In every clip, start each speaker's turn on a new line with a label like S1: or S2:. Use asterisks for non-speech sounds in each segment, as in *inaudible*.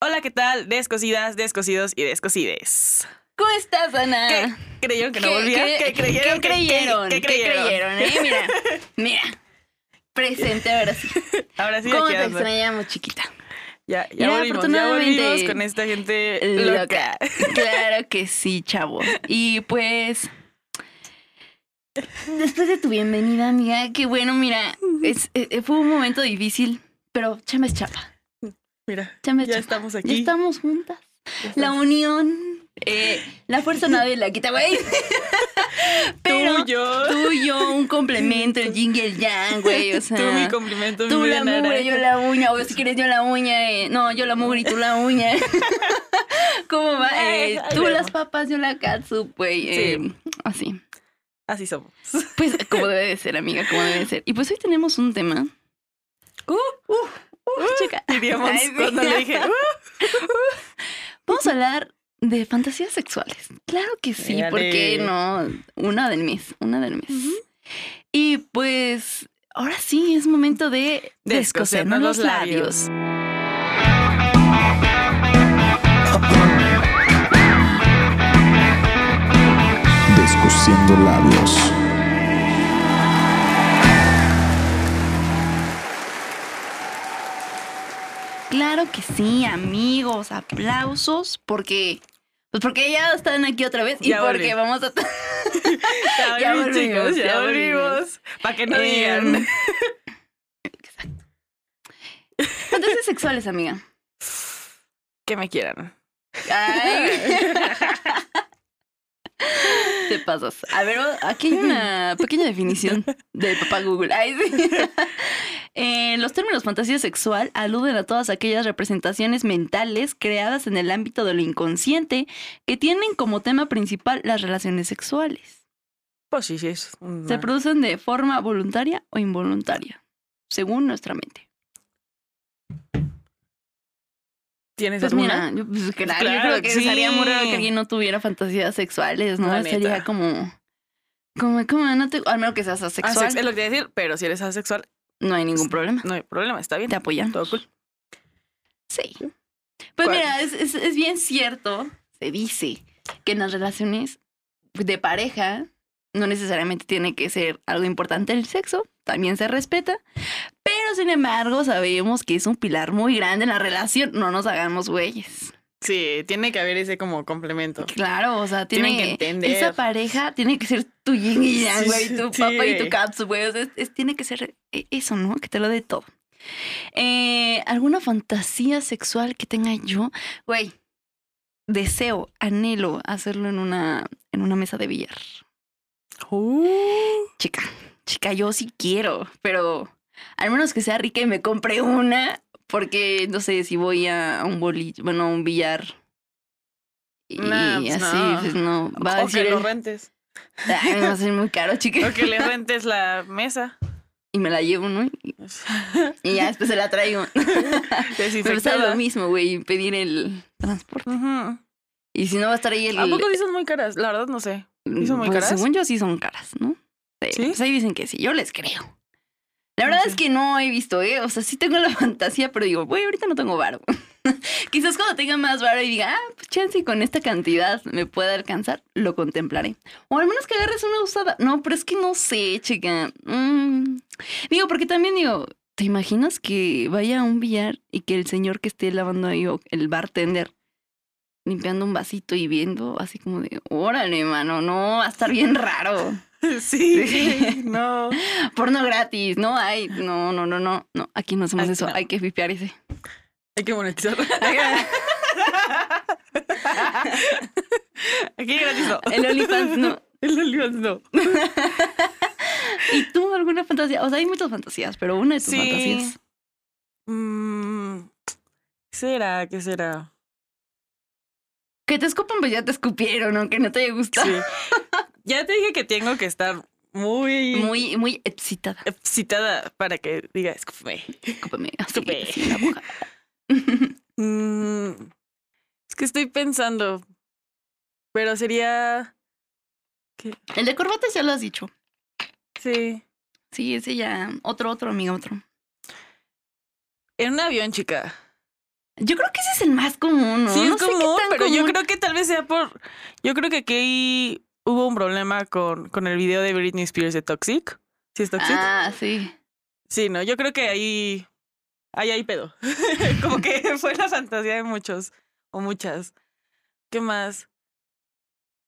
S1: Hola, ¿qué tal? Descosidas, descosidos y descosides.
S2: ¿Cómo estás, Ana?
S1: ¿Qué creyeron que no volvía? ¿Qué, creyeron?
S2: ¿Qué creyeron?
S1: ¿Qué, creyeron?
S2: ¿eh?
S1: *laughs*
S2: Mira, mira. Presente ahora sí.
S1: Ahora sí,
S2: ¿Cómo
S1: aquí
S2: te
S1: ando.
S2: extrañamos, chiquita?
S1: Ya, ya
S2: Mira,
S1: volvimos, ya
S2: afortunadamente,
S1: volvimos con esta gente loca.
S2: Loca. Claro que sí, chavo. Y pues. Después de tu bienvenida, amiga, qué bueno, mira, es- eh, fue un momento difícil, pero chama es chapa.
S1: Mira,
S2: Chama es
S1: ya
S2: chapa.
S1: estamos
S2: Ya
S1: aquí.
S2: estamos juntas. La unión, eh, la fuerza nadie la quita, güey.
S1: *laughs* tú,
S2: Pero
S1: yo,
S2: tú y
S1: *laughs*
S2: yo, un complemento, el yin y el yang, güey. O sea,
S1: tú mi complemento,
S2: tú
S1: mi
S2: la
S1: media naranja.
S2: mugre, yo la uña. O si quieres, yo la uña. eh, No, yo la mugre y tú la uña. *laughs* ¿Cómo va?
S1: Ay,
S2: Eh,
S1: ay,
S2: tú
S1: vemos.
S2: las papas, yo la katsu, güey. eh, Así.
S1: Así
S2: *laughs*
S1: somos.
S2: Pues como debe de ser, amiga, como debe de ser. Y pues hoy tenemos un tema.
S1: Uh, uh, uh,
S2: Chica.
S1: diríamos
S2: Ay,
S1: cuando
S2: mira.
S1: le dije, uh,
S2: Vamos a hablar de fantasías sexuales. Claro que sí,
S1: Órale.
S2: ¿por qué no? Una del mes, una del mes.
S1: Ujú.
S2: Y pues ahora sí es momento de descosernos los labios.
S3: Descosiendo labios.
S2: Claro que sí, amigos, aplausos, porque pues porque ya están aquí otra vez y
S1: Ya
S2: porque
S1: volví.
S2: vamos a
S1: ya,
S2: Ya
S1: volvimos,
S2: volvimos,
S1: chicos, ya,
S2: ya volvimos.
S1: volvimos. Para que no
S2: Eh,
S1: digan.
S2: *laughs* Exacto. Fantasías sexuales, amiga.
S1: Que me quieran.
S2: Ay. Te pasas. A ver, aquí hay una pequeña definición de papá Google. Ay, sí. Eh, los términos fantasía sexual aluden a todas aquellas representaciones mentales creadas en el ámbito de lo inconsciente que tienen como tema principal las relaciones sexuales.
S1: Pues sí, sí, es una-
S2: Se producen de forma voluntaria o involuntaria, según nuestra mente.
S1: ¿Tienes
S2: Pues
S1: alguna?
S2: mira, yo, pues, claro, yo
S1: claro
S2: creo
S1: que
S2: que sería muy raro
S1: sí.
S2: que alguien no tuviera fantasías sexuales, ¿no?
S1: La neta. Ah,
S2: Sería como... Como, como, no te- al menos que seas asexual,
S1: Asex- es lo que te iba a decir, pero si eres asexual,
S2: no hay ningún problema.
S1: no hay problema, está bien.
S2: Te apoyan.
S1: Todo cool.
S2: Sí. Pues
S1: ¿Cuál?
S2: mira, es, es- es bien cierto, se dice, que en las relaciones de pareja no necesariamente tiene que ser algo importante el sexo, también se respeta, pero sin embargo sabemos que es un pilar muy grande en la relación, no nos hagamos güeyes.
S1: Sí, tiene que haber ese como complemento.
S2: Claro, o sea, tiene
S1: Tienen que entender.
S2: Esa pareja tiene que ser tu yin y yang,
S1: Sí,
S2: güey, tu
S1: sí.
S2: papá y tu katsu, güey. O sea, es- es- tiene que ser eh, eso, ¿no? Que te lo dé todo. Eh, ¿Alguna fantasía sexual que tenga yo? Güey, deseo, anhelo hacerlo en una, en una mesa de billar.
S1: Uh,
S2: Chica, chica, yo sí quiero, pero al menos que sea rica y me compre una, porque no sé si voy a un boliche, bueno, a un billar. Y
S1: Nah, pues,
S2: así,
S1: no.
S2: pues no. Va a
S1: o
S2: decir
S1: que lo
S2: el-
S1: rentes.
S2: Ay, me va a ser muy caro, chica.
S1: O que le rentes la
S2: *laughs*
S1: mesa.
S2: Y me la llevo, ¿no? Y- Y ya después se
S1: *laughs*
S2: la traigo. Pero sale
S1: Desinfectada.
S2: lo mismo, güey, pedir el transporte.
S1: Ujú.
S2: Y si no va a estar ahí el...
S1: ¿A poco sí son muy caras? La verdad no sé.
S2: mm,
S1: son muy
S2: pues,
S1: caras?
S2: Según yo sí son caras, ¿no? Sí.
S1: ¿Sí?
S2: Pues ahí dicen que sí, yo les creo. La
S1: No
S2: verdad
S1: sé.
S2: es que no he visto, ¿eh? O sea, sí tengo la *laughs* fantasía, pero digo, güey, ahorita no tengo varo. *laughs* Quizás cuando tenga más varo y diga, ah, pues chance y con esta cantidad me pueda alcanzar, lo contemplaré. O al menos que agarres una usada. No, pero es que no sé, chica. Mm. Digo, porque también digo, ¿te imaginas que vaya a un billar y que el señor que esté lavando ahí o el bartender limpiando un vasito y viendo así como de, órale, mano, no, va a estar bien raro. *laughs* Sí.
S1: Sí, *laughs* no.
S2: Porno gratis, no hay, no, no, no, no, no, aquí no hacemos
S1: Aquí
S2: eso,
S1: no.
S2: hay que vipear ese. *laughs*
S1: Hay que monetizar. Aquí gratis no.
S2: El OnlyFans no.
S1: *laughs* El OnlyFans no.
S2: *laughs* ¿Y tú alguna fantasía? O sea, hay muchas fantasías, pero una de tus
S1: Sí.
S2: fantasías.
S1: Mm, ¿Qué será? ¿Qué será?
S2: Que te escupan, pues ya te escupieron, aunque no te haya gustado. *laughs*
S1: Sí. Ya te dije que tengo que estar muy,
S2: Muy, muy excitada.
S1: excitada para que diga, escúpeme.
S2: Escúpame. así,
S1: Escupe.
S2: así en la boca. *laughs*
S1: Mm, es que estoy pensando. Pero sería. ¿Qué?
S2: El de corbatas ya lo has dicho.
S1: Sí.
S2: Sí, ese ya. Otro, otro, amigo, otro.
S1: En un avión, chica.
S2: Yo creo que ese es el más común, ¿no?
S1: Sí, es
S2: No sé qué
S1: común,
S2: tan
S1: pero yo
S2: común.
S1: creo que tal vez sea por. Yo creo que aquí hubo un problema con, con el video de Britney Spears de Toxic. ¿Sí es Toxic?
S2: Ah, sí.
S1: Sí, no, yo creo que ahí. Ahí hay pedo. *laughs* Como que *laughs* fue la fantasía de muchos o muchas. ¿Qué más?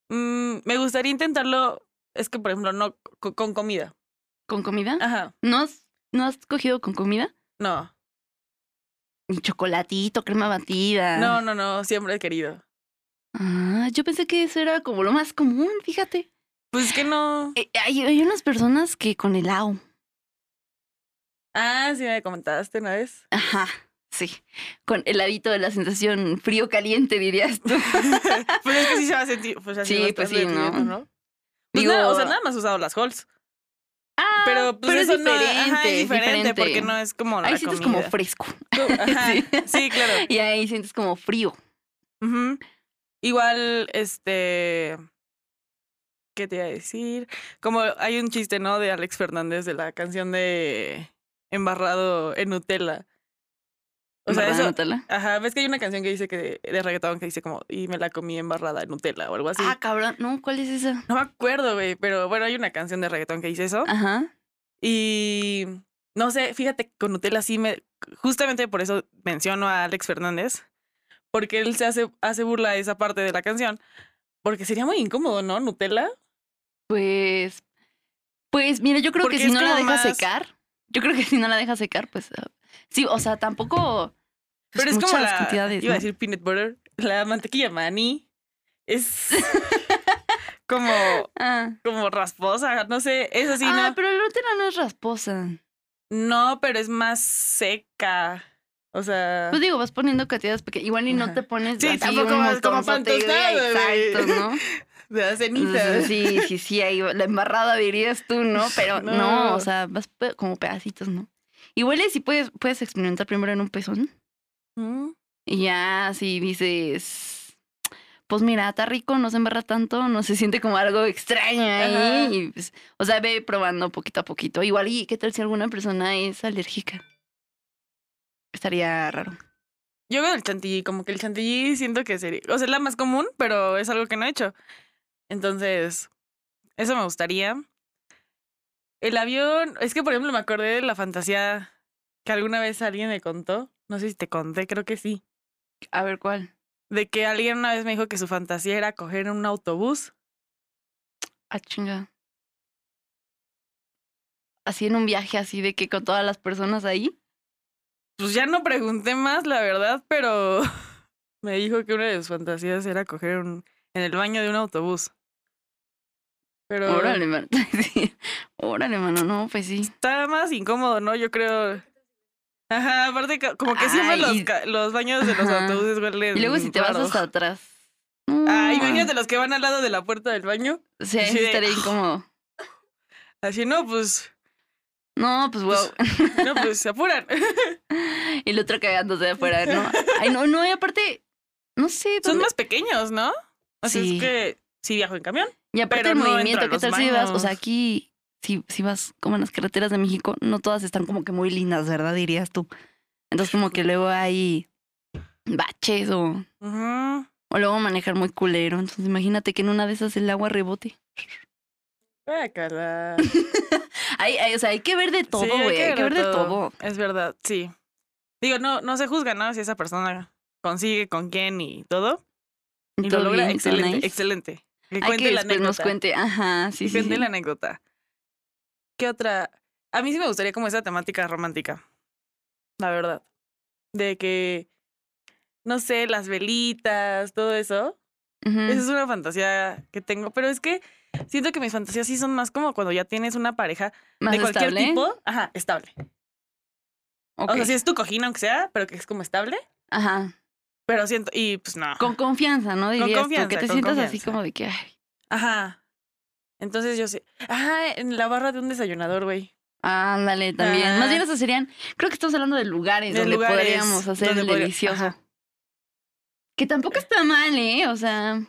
S1: Mm, me gustaría intentarlo. Es que, por ejemplo, no co- con comida.
S2: ¿Con comida?
S1: Ajá,
S2: ¿No has, ¿No has cogido con comida?
S1: no.
S2: Ni chocolatito, crema batida.
S1: No, no, no. Siempre he querido.
S2: Ah, yo pensé que eso era como lo más común, fíjate.
S1: Pues es que no.
S2: Eh, hay, hay unas personas que con helado.
S1: Ah, sí, me comentaste una
S2: *laughs*
S1: vez. *laughs*
S2: Ajá, sí. Con heladito de la sensación frío-caliente, dirías tú.
S1: Pero Pues es que sí se va a sentir. Pues así
S2: Sí,
S1: va a estar
S2: pues sí, ¿no?
S1: derritiendo, Pues
S2: Digo-
S1: nada, o sea, nada más he usado las halls.
S2: Ah,
S1: Pero, pues
S2: pero
S1: eso
S2: es diferente.
S1: no, ajá, es diferente, porque no
S2: diferente.
S1: es como la
S2: Ahí sientes
S1: comida.
S2: como fresco.
S1: Ajá,
S2: *laughs* Sí.
S1: sí, claro.
S2: *laughs* Y ahí sientes como frío.
S1: Ujú. Igual, este. ¿Qué te iba a decir? Como hay un chiste, ¿no? De Alex Fernández de la canción de Embarrado en Nutella. O sea,
S2: ¿Verdad,
S1: eso.
S2: Natalia?
S1: Ajá, ves que hay una canción que dice que de reggaetón que dice como, y me la comí embarrada en Nutella o algo así.
S2: Ah, cabrón. No, ¿cuál es esa?
S1: No me acuerdo, güey, pero bueno, hay una canción de reggaetón que dice eso.
S2: Ajá.
S1: Y no sé, fíjate, con Nutella sí me. Justamente por eso menciono a Alex Fernández, porque él se hace, hace burla de esa parte de la canción. Porque sería muy incómodo, ¿no? Nutella.
S2: Pues. Pues mira, yo creo
S1: Porque
S2: que si
S1: es
S2: no la
S1: como
S2: dejas
S1: más-
S2: secar. Yo creo que si no la dejas secar, pues. ah, Sí, o sea, tampoco. pues,
S1: Pero es como
S2: muchas
S1: la.
S2: cantidades,
S1: Iba a
S2: ¿no?
S1: decir peanut butter. La mantequilla maní.
S2: *laughs*
S1: Es. *laughs* como.
S2: Ah,
S1: Como rasposa. No sé. Es así,
S2: Ah,
S1: ¿no?
S2: pero la Nutella no es rasposa.
S1: No, pero es más seca. O sea.
S2: Pues digo, vas poniendo cantidades pequeñas. Igual y no
S1: Ajá.
S2: te pones
S1: Sí,
S2: así
S1: tampoco
S2: un
S1: vas como
S2: montonzote,
S1: pan
S2: güey,
S1: tostado, güey.
S2: Exacto,
S1: *laughs*
S2: ¿no?
S1: de la cenita.
S2: Entonces, Pues sí, sí, sí, ahí va- la embarrada dirías tú,
S1: *laughs*
S2: ¿no? Pero no,
S1: No.
S2: o sea, vas pe- como pedacitos, ¿no? Igual y si puedes, puedes experimentar primero en un pezón.
S1: Mm.
S2: Y ya si dices, pues mira, está rico, no se embarra tanto, no se siente como algo extraño ahí.
S1: Ajá.
S2: y, pues, o sea, ve probando poquito a poquito. Igual, ¿y qué tal si alguna persona es alérgica? Estaría raro.
S1: Yo veo el chantilly, como que el chantilly siento que sería, o sea, es la más común, pero es algo que no he hecho. Entonces, eso me gustaría. El avión, es que por ejemplo me acordé de la fantasía que alguna vez alguien me contó, no sé si te conté, creo que sí,
S2: A ver cuál.
S1: de que alguien una vez me dijo que su fantasía era coger un autobús.
S2: Ah, chinga. Así en un viaje así de que con todas las personas ahí.
S1: Pues ya no pregunté más, la verdad, pero *laughs* me dijo que una de sus fantasías era coger un, en el baño de un autobús. Pero
S2: Órale, mano. *laughs* Sí. Órale, mano. No, pues sí.
S1: está más incómodo, ¿no? Yo creo. Ajá, aparte, ca- como que siempre
S2: Ay,
S1: los,
S2: y-
S1: ca- los baños de los
S2: ajá.
S1: autobuses huelen.
S2: Y luego si te vas
S1: raro.
S2: hasta atrás.
S1: Ah,
S2: No,
S1: imagínate los que van al lado de la puerta del baño.
S2: O sea,
S1: así
S2: sí
S1: de- ah.
S2: estaría incómodo.
S1: Así, no, pues.
S2: No, pues wow. *laughs*
S1: No, pues se apuran. *laughs*
S2: Y el otro cagándose de afuera, ¿no? Ay, no, no, y aparte, no sé.
S1: Son
S2: ¿dónde-
S1: más pequeños, ¿no? Así
S2: Sí.
S1: es que sí viajo en camión.
S2: y aparte
S1: pero
S2: el
S1: no
S2: movimiento,
S1: entro a
S2: ¿qué tal
S1: los
S2: si vas? O sea,
S1: baños.
S2: aquí, si, si vas como en las carreteras de México, no todas están como que muy lindas, ¿verdad? Dirías tú. Entonces, como que luego hay baches o,
S1: Ujú.
S2: o luego manejar muy culero. Entonces, imagínate que en una de esas el agua rebote.
S1: Guácala.
S2: Hay, hay- o sea, hay que ver de *laughs* todo,
S1: Sí,
S2: güey. hay, que ver de todo.
S1: Es verdad, sí. Digo, no, no se juzga, ¿no? Si esa persona consigue con quién y todo. Y
S2: Todo
S1: lo logra.
S2: bien, todo
S1: excelente,
S2: nice.
S1: excelente. Que
S2: Hay
S1: cuente
S2: que
S1: la
S2: después nos
S1: anécdota.
S2: cuente. Ajá, sí,
S1: Y
S2: sí.
S1: cuente
S2: sí.
S1: la anécdota. ¿Qué otra? A mí sí me gustaría como esa temática romántica. La verdad. De que, no sé, las velitas, todo eso.
S2: Ujú.
S1: Esa es una fantasía que tengo. Pero es que siento que mis fantasías sí son más como cuando ya tienes una pareja
S2: Más
S1: de cualquier
S2: estable.
S1: tipo. Ajá, estable. O sea,
S2: Ok.
S1: si es tu cojín, aunque sea, pero que es como estable.
S2: Ajá.
S1: Pero siento, y pues no.
S2: Con confianza, ¿no? Dirías tú, que
S1: confianza,
S2: te
S1: con
S2: sientas así
S1: confianza.
S2: como de que, ay,
S1: Ajá. Entonces yo sé. Ajá, en la barra de un desayunador, güey.
S2: ándale también. Más bien
S1: Ah.
S2: esas serían, creo que estamos hablando de lugares
S1: De
S2: donde
S1: lugares
S2: podríamos hacer
S1: donde
S2: el
S1: podría-
S2: delicioso.
S1: ajá.
S2: Que tampoco está mal, ¿eh? O sea,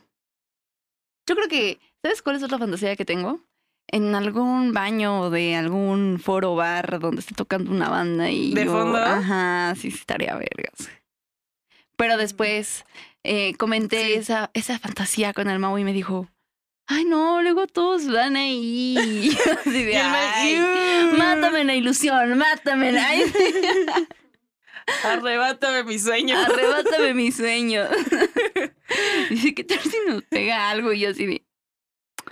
S2: yo creo que, ¿sabes cuál es otra fantasía que tengo? En algún baño de algún foro bar donde esté tocando una banda y
S1: ¿De
S2: yo-
S1: fondo?
S2: Ajá, sí, sí, estaría vergas. Pero después eh, comenté
S1: Mm. Sí.
S2: esa, esa fantasía con el Mau y me dijo, ay no, luego todos van ahí. *laughs* Y yo así de,
S1: Y el man,
S2: "Ay,
S1: "Iu".
S2: mátame la ilusión,
S1: *laughs*
S2: mátame la... ay,
S1: Arrebátame mi sueño.
S2: *laughs* Ah. Arrebátame mi sueño. *laughs* Dice, ¿qué tal si nos pega algo? Y yo así de,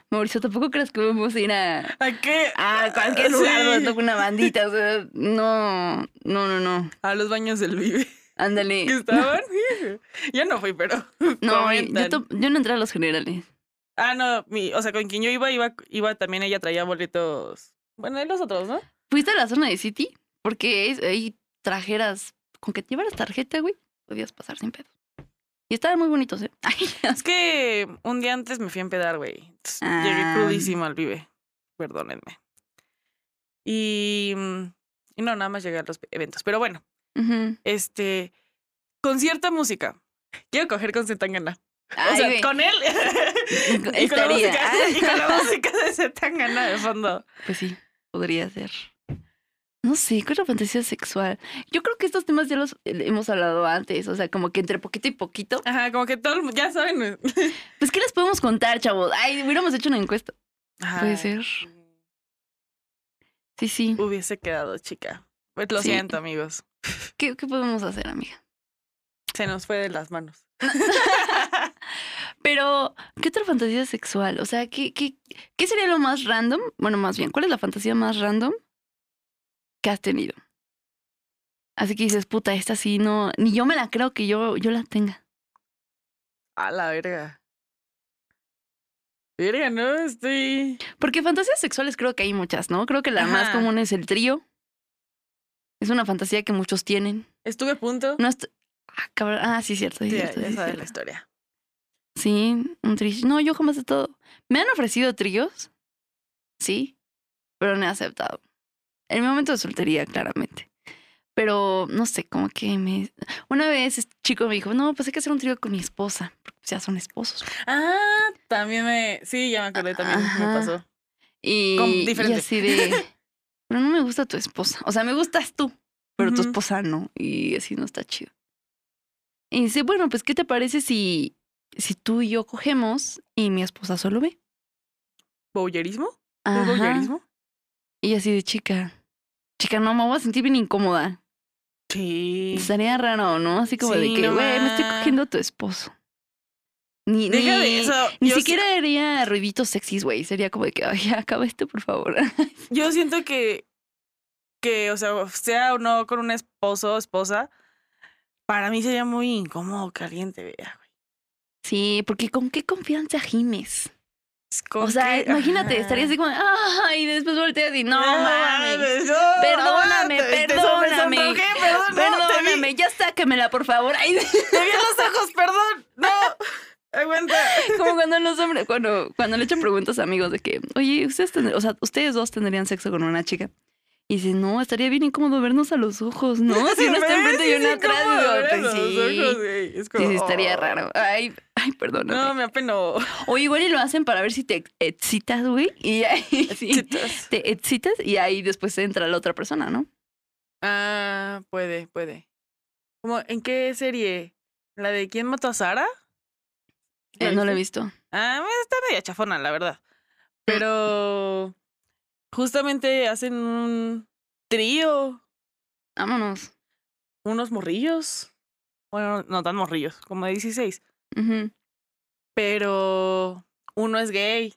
S2: Mauricio, tampoco creas que vamos a ir a,
S1: ¿A qué?
S2: a cualquier lugar
S1: Ah, Sí.
S2: donde toque una bandita. O sea, no, no, no, no.
S1: A los baños del Vive.
S2: Ándale.
S1: ¿Que estaban? *laughs* Yo no fui, pero.
S2: No, yo,
S1: comentan.
S2: to- yo no entré a los generales.
S1: Ah, no, mi, o sea, con quien yo iba, iba, iba también ella traía boletos. Bueno, y los otros, ¿no?
S2: ¿Fuiste a la zona de City? Porque es- ahí trajeras, con que te llevaras tarjeta, güey, podías pasar sin pedo. Y estaban muy bonitos, ¿eh? *laughs* Ay,
S1: Es que un día antes me fui a empedar, güey. Entonces,
S2: Ah.
S1: Llegué crudísimo al vive. Perdónenme. Y, mm, y no, nada más llegué a los eventos. Pero bueno,
S2: ujú.
S1: este. Con cierta música. Quiero coger con Zetangana.
S2: Ay,
S1: o sea,
S2: güey,
S1: con él. *laughs* y, con la
S2: estaría.
S1: música,
S2: Ah.
S1: y con la música de Zetangana de fondo.
S2: Pues sí, podría ser. No sé, ¿cuál es la fantasía sexual? Yo creo que estos temas ya los eh, hemos hablado antes, o sea, como que entre poquito y poquito.
S1: Ajá, como que todo el mundo. Ya saben.
S2: Pues, ¿qué les podemos contar, chavos? Ay, hubiéramos hecho una encuesta. Puede
S1: Ay,
S2: ser. Sí, sí.
S1: Hubiese quedado, chica. Pues lo
S2: Sí.
S1: siento, amigos.
S2: ¿Qué, qué podemos hacer, amiga?
S1: Se nos fue de las manos.
S2: Pero, ¿qué otra fantasía sexual? O sea, ¿qué, qué, qué sería lo más random? Bueno, más bien, ¿cuál es la fantasía más random que has tenido? Así que dices, puta, esta sí no, ni yo me la creo que yo, yo la tenga.
S1: A la verga. Verga, no, estoy.
S2: Porque fantasías sexuales creo que hay muchas, ¿no? Creo que la más
S1: Ajá.
S2: común es el trío. Es una fantasía que muchos tienen.
S1: Estuve a punto.
S2: No est- ah, cabrón. Ah, sí, cierto. Sí,
S1: Sí,
S2: cierto, sí,
S1: esa es
S2: cierto.
S1: la historia.
S2: Sí, un trío. No, yo jamás he estado. Me han ofrecido tríos. Sí, pero no he aceptado. En mi momento de soltería, claramente. Pero no sé, como que me. Una vez este chico me dijo, no, pues hay que hacer un trío con mi esposa, porque ya son esposos.
S1: Ah, también me. Sí, ya me acordé, también
S2: Ajá.
S1: me pasó.
S2: Y,
S1: Com-
S2: y
S1: diferente. *laughs*
S2: así de. Pero no me gusta tu esposa. O sea, me gustas tú, pero tu
S1: Ujú.
S2: esposa no. Y así no está chido. Y dice, bueno, pues, ¿qué te parece si, si tú y yo cogemos y mi esposa solo ve?
S1: ¿Bowlerismo? ¿Un
S2: Ajá.
S1: bowlerismo?
S2: Y yo así de chica. Chica, no, me voy a sentir bien incómoda.
S1: Sí.
S2: Estaría raro, ¿no? Así como de
S1: Sí,
S2: que,
S1: no
S2: güey, me estoy
S1: ma.
S2: cogiendo a tu esposo. Ni,
S1: Deja
S2: ni-
S1: de eso.
S2: Ni
S1: yo si-
S2: siquiera haría ruiditos sexys, güey. Sería como de que, ay, ya, acaba esto, por favor. *laughs*
S1: Yo siento que, que, o sea, sea o no con un esposo o esposa, para mí sería muy incómodo que alguien te vea, güey.
S2: Sí, porque ¿con qué confianza gimes?
S1: Es como
S2: O sea,
S1: que-
S2: imagínate,
S1: ajá. Ah,
S2: estarías así como, ay, y después volteas y no mames.
S1: no,
S2: Perdóname,
S1: aguanta, te son- me
S2: perdóname.
S1: sonrojé, perdón, no, te vi-
S2: Perdóname, ya sácamela, por favor. Ay, *laughs*
S1: Te vi en los ojos, perdón. No. Aguanta.
S2: Como cuando los hombres, cuando, cuando le echo preguntas a amigos de que, oye, ustedes tendr- o sea, ustedes dos tendrían sexo con una chica. Y dice, no, estaría bien incómodo vernos a los ojos, ¿no? *laughs* Si
S1: *laughs*
S2: uno está enfrente y uno atrás, digo, pues sí. Sí, sí, estaría raro. Ay, ay, perdóname.
S1: "Oh". No, me apeno.
S2: O igual y lo hacen para ver si te excitas, güey. Y ahí *laughs* sí,
S1: Chitas.
S2: te excitas y ahí después entra la otra persona, ¿no?
S1: Ah, puede, puede. ¿Cómo, ¿En qué serie? ¿La de quién mató a Sara?
S2: Eh, no lo he Mm. visto.
S1: Ah, está media chafona, la verdad. Pero justamente hacen un trío,
S2: Vámonos.
S1: unos morrillos. Bueno, no tan morrillos, como de 16.
S2: Ujú.
S1: pero uno es gay.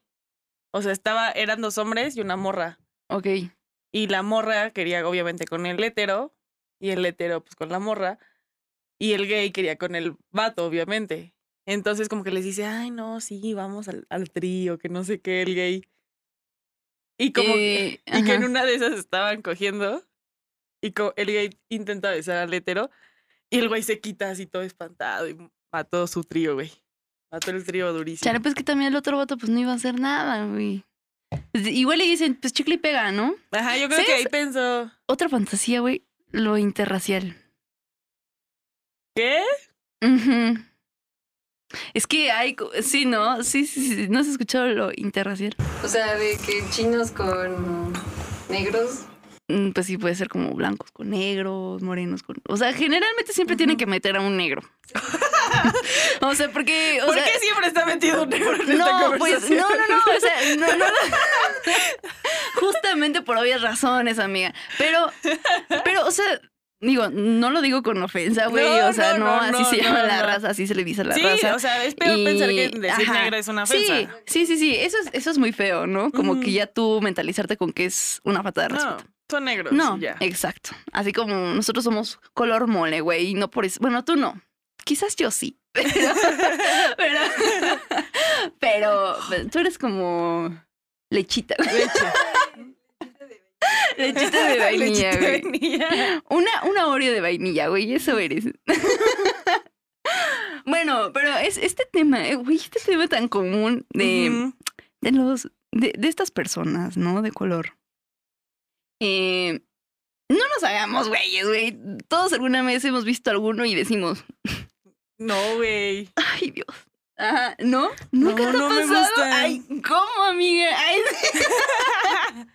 S1: O sea, estaba, eran dos hombres y una morra.
S2: Ok.
S1: Y la morra quería, obviamente, con el hétero. Y el hétero, pues, con la morra. Y el gay quería con el vato, obviamente. Entonces, como que les dice, ay, no, sí, vamos al, al trío, que no sé qué, el gay. Y como
S2: Eh,
S1: que, y que en
S2: ajá.
S1: una de esas estaban cogiendo. Y co- el gay intenta besar al hétero. Y el güey se quita así todo espantado y mató su trío, güey. Mató el trío durísimo.
S2: Chale, pues que también el otro vato pues no iba a hacer nada, güey. Pues, igual le dicen, pues chicle y pega, ¿no?
S1: Ajá, yo creo que
S2: ¿Sabes?
S1: ahí pensó.
S2: Otra fantasía, güey, lo interracial.
S1: ¿Qué?
S2: Ujú. Es que hay, co- sí, ¿no? Sí, sí, sí, ¿no has escuchado lo interracial?
S4: O sea, de que chinos con negros.
S2: mm, pues sí puede ser como blancos con negros, morenos con... O sea, generalmente siempre tienen que meter a un
S1: *laughs*
S2: negro. o sea, porque... O
S1: ¿Por
S2: sea,
S1: qué siempre está
S2: *laughs*
S1: metido un negro en esta
S2: no,
S1: conversación?
S2: pues no, no, no, o sea, no,
S1: *laughs*
S2: no, no. Justamente por obvias razones, amiga. Pero, pero, o sea, digo, no lo digo con ofensa, güey.
S1: No,
S2: o sea,
S1: no,
S2: no,
S1: no,
S2: así
S1: no,
S2: se
S1: no,
S2: llama la
S1: no.
S2: raza, así se le dice a la
S1: Sí,
S2: raza.
S1: o sea, es peor pensar que
S2: Y-
S1: decir
S2: ajá.
S1: negro es una ofensa.
S2: Sí, sí, sí, sí. Eso es, eso es muy feo, ¿no? Como que
S1: Ujú.
S2: ya tú mentalizarte con que es una falta de
S1: No,
S2: respeto.
S1: son negros.
S2: No,
S1: ya. *laughs*
S2: exacto. Así como nosotros somos color mole, güey, y no por eso. Bueno, tú no. Quizás yo sí. *laughs* Pero, pero, pero tú eres como lechita.
S1: Leche.
S2: *laughs* *laughs*
S1: *laughs*
S2: Lechita de vainilla,
S1: Lechita de
S2: güey.
S1: vainilla.
S2: Una, una Oreo de vainilla, güey, eso eres. *laughs* bueno, pero es este tema, eh, güey, este tema tan común de,
S1: Ujú.
S2: de los de, de estas personas, ¿no? De color. Eh, no nos hagamos güeyes, güey. Todos alguna vez hemos visto alguno y decimos,
S1: No, güey. *laughs*
S2: ay Dios. Ajá, ¿no? ¿Nunca
S1: No,
S2: te ha
S1: no me
S2: pasado?
S1: gustan.
S2: Ay, ¿cómo, amiga? Ay, *laughs*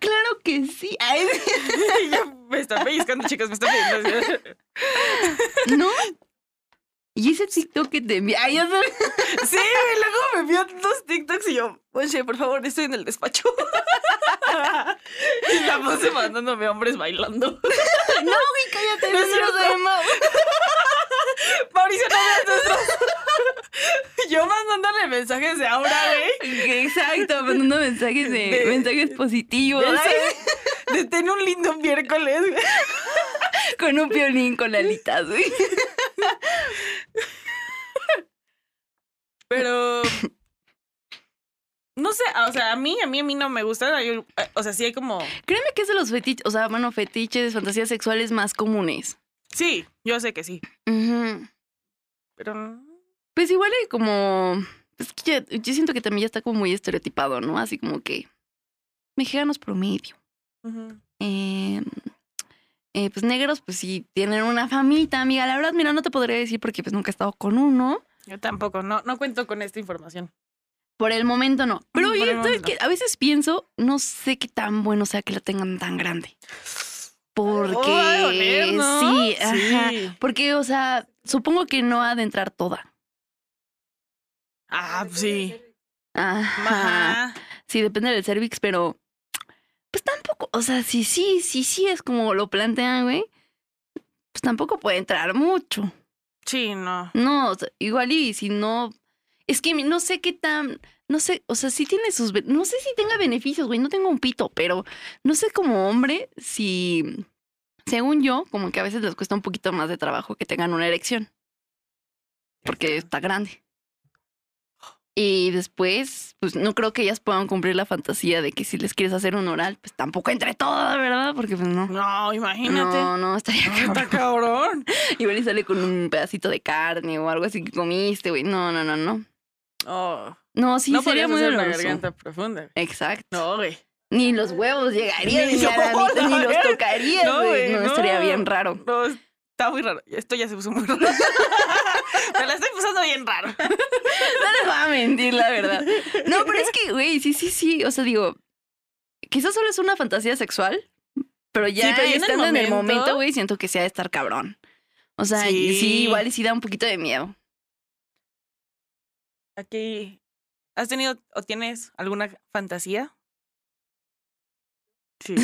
S2: claro que sí. Ay, *laughs*
S1: Ya me están pellizcando, chicas, me están pellizcando.
S2: ¿No? Y ese TikTok que te envía. Ay, ya sabes.
S1: *laughs*
S2: *laughs*
S1: Sí, güey, luego me envió dos TikToks y yo, oye, por favor, estoy en el despacho. *laughs* y la puse mandándome hombres bailando.
S2: No, güey, cállate,
S1: No
S2: no
S1: es
S2: quiero
S1: cierto.
S2: saber más.
S1: *laughs* Mauricio, no veas nuestros- *laughs* Yo mandándole mensajes de ahora, güey.
S2: Exacto, mandando mensajes de,
S1: De-
S2: mensajes positivos.
S1: Ya
S2: ay,
S1: sabes, De ten un lindo miércoles. güey.
S2: con un violín con alitas, güey.
S1: Pero. No sé, o sea, a mí, a mí, a mí no me gustan. hay- O sea, sí hay como.
S2: Créeme que es de los fetiches, o sea, bueno, fetiches, fantasías sexuales más comunes.
S1: Sí, yo sé que sí. Pero.
S2: Pues igual hay como. pues que ya- yo siento que también ya está como muy estereotipado, ¿no? Así como que. Mexicanos promedio.
S1: ujú.
S2: Eh, eh, pues negros, pues sí, tienen una famita, amiga. La verdad, mira, no te podría decir porque pues nunca he estado con uno.
S1: Yo tampoco, no, no cuento con esta información.
S2: Por el momento no. Pero
S1: Por
S2: oye,
S1: el
S2: ¿sabes
S1: momento
S2: qué? a veces pienso, no sé qué tan bueno sea que la tengan tan grande. Porque
S1: Oh, ha de doler, ¿no?
S2: sí, ajá.
S1: Sí.
S2: Porque, o sea, supongo que no ha de entrar toda.
S1: Ah, sí.
S2: Ajá.
S1: Ajá.
S2: Sí, depende del cervix, pero pues tampoco, o sea, sí, sí, sí, sí es como lo plantean, güey. Pues tampoco puede entrar mucho.
S1: Sí, no.
S2: No, o sea, igual y si no. Es que mi- no sé qué tan. No sé, o sea, sí tiene sus. be- No sé si tenga beneficios, güey. No tengo un pito, pero no sé como hombre si. Según yo, como que a veces les cuesta un poquito más de trabajo que tengan una erección. Porque está grande. Y después, pues no creo que ellas puedan cumplir la fantasía de que si les quieres hacer un oral, pues tampoco entre toda, ¿verdad? Porque pues no.
S1: No, imagínate.
S2: No, no, estaría
S1: No,
S2: cabrón.
S1: está cabrón.
S2: Igual *laughs* y sale con un pedacito de carne o algo así que comiste, güey. No, no, no, no.
S1: Oh,
S2: No, sí,
S1: no
S2: sería
S1: podrías
S2: muy
S1: hacer una
S2: doloroso.
S1: garganta profunda.
S2: Exacto.
S1: No, güey.
S2: Ni los huevos llegarían
S1: Ni
S2: ni, a la
S1: yo,
S2: mitad, ni
S1: no,
S2: los
S1: eh.
S2: tocarías,
S1: No,
S2: güey.
S1: güey,
S2: No,
S1: no.
S2: estaría bien raro.
S1: No, está muy raro. Esto ya se puso
S2: *laughs*
S1: muy raro. Me la estoy pasando bien raro.
S2: No les voy a mentir, la verdad. *laughs* No, pero es que, güey, sí, sí, sí. O sea, digo, quizás solo es una fantasía sexual, pero ya
S1: Sí, pero ya en el
S2: estando en el
S1: momento-
S2: momento, güey, siento que se ha de estar cabrón. O sea,
S1: Sí.
S2: sí. igual y sí da un poquito de miedo.
S1: Aquí. ¿Has tenido o tienes alguna fantasía? *laughs* Sí.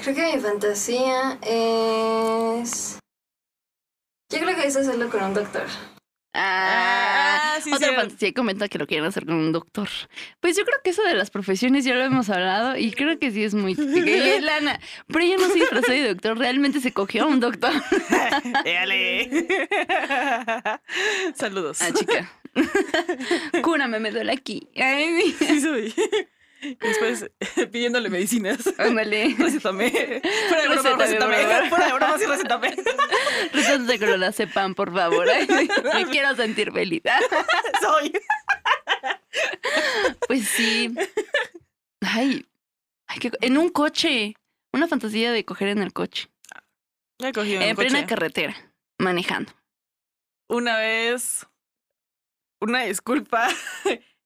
S4: Creo que mi fantasía es. Yo creo que es hacerlo con un doctor.
S2: Ah,
S1: ah, sí,
S2: Otra
S1: cierto.
S2: fantasía comenta que lo quieren hacer con un doctor. Pues yo creo que eso de las profesiones ya lo hemos hablado y creo que sí
S1: *laughs*
S2: es muy típica. Y Lana, pero ella no se disfrazó de doctor, realmente se cogió a un doctor.
S1: Déjale. *laughs* Saludos.
S2: Ah, chica. Cúrame, me duele aquí. Ay,
S1: *laughs* *laughs* Sí soy. Y después *laughs* pidiéndole medicinas.
S2: ándale.
S1: Recétame. Fuera de broma,
S2: Recétame,
S1: recétame.
S2: por favor.
S1: Fuera de broma, sí, recétame.
S2: Resulta que no la sepan, por favor. Ay, me quiero sentir feliz. Ah,
S1: *laughs* Soy.
S2: Pues sí. Ay, ay qué co- en un coche. Una fantasía de coger en el coche.
S1: Me he cogido en
S2: En
S1: un
S2: plena
S1: coche.
S2: carretera, manejando.
S1: Una vez, una disculpa. *laughs*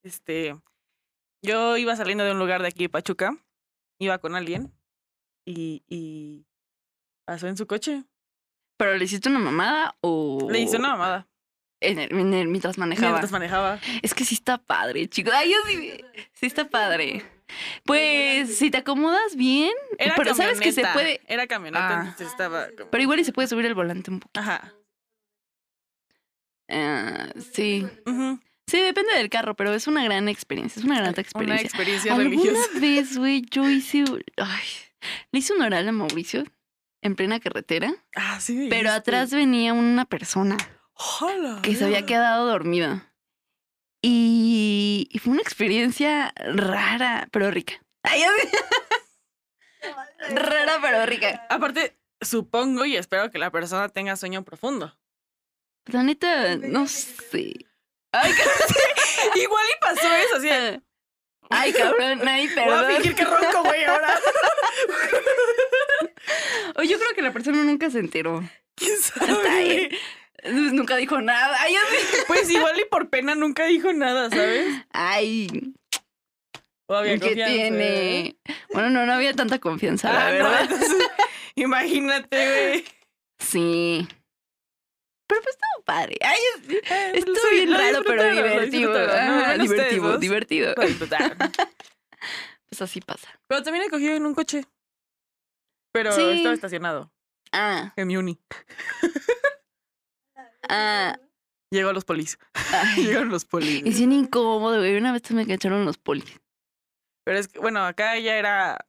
S1: Este, Yo iba saliendo de un lugar de aquí, Pachuca. Iba con alguien. Y, y pasó en su coche.
S2: ¿Pero le hiciste una mamada o...?
S1: Le hice una mamada.
S2: En el- en el- mientras Oh, manejaba.
S1: Mientras manejaba.
S2: Es que sí está padre, chicos. Ay, yo sí... Sí está padre. Pues, si te acomodas bien,
S1: Era
S2: Pero sabes que se
S1: camioneta,
S2: puede-
S1: Era camioneta,
S2: Ah.
S1: entonces estaba como-
S2: pero igual y se puede subir el volante un poco.
S1: Ajá.
S2: Ah, sí.
S1: ujú,
S2: Sí, depende del carro, pero es una gran experiencia. Es una gran
S1: Una
S2: experiencia.
S1: experiencia
S2: Alguna
S1: religiosa.
S2: vez, güey, yo hice... un- Ay, le hice un oral a Mauricio en plena carretera,
S1: Ah, sí. me
S2: pero
S1: dijiste.
S2: atrás venía una persona.
S1: ¡Hola!
S2: que se había quedado dormido. Y, y fue una experiencia rara, pero rica. Ay, así- rara, pero rica.
S1: Aparte, supongo y espero que la persona tenga sueño profundo. *laughs*
S2: La neta, no sé.
S1: Igual y pasó eso, así. de,
S2: Ay, cabrón, ay,
S1: *laughs* Voy a
S2: Ah, perdón.
S1: fingir que ronco, güey, ahora.
S2: O yo creo que la persona nunca se
S1: *laughs*
S2: enteró. *laughs*
S1: ¿Quién
S2: Ay,
S1: sabe?
S2: nunca dijo nada. Ay, así-
S1: Pues igual y por pena nunca dijo nada, ¿sabes?
S2: ay
S1: O había
S2: ¿qué
S1: confianza. ¿eh?
S2: tiene? Bueno, no, no había tanta confianza, la
S1: Ah, no,
S2: verdad.
S1: entonces, *laughs*
S2: *laughs*
S1: imagínate,
S2: Sí. Pero pues estuvo padre. Ay, es-
S1: güey.
S2: Estuvo
S1: Sí,
S2: bien
S1: lo
S2: raro, pero
S1: disfrutaron, lo
S2: divertido.
S1: disfrutaron, ¿no?
S2: Ajá,
S1: Bueno, ustedes
S2: divertido,
S1: dos pues, ah,
S2: divertido.
S1: lo disfrutaron.
S2: Pues así pasa.
S1: Pero también he cogido en un coche. Pero
S2: Sí.
S1: estaba estacionado
S2: Ah,
S1: en mi uni.
S2: ah.
S1: Llegó los polis. *laughs*
S2: Ay.
S1: Llegaron los polis.
S2: Es bien incómodo, güey. Una vez me cacharon los polis.
S1: Pero es que, bueno, acá ya era.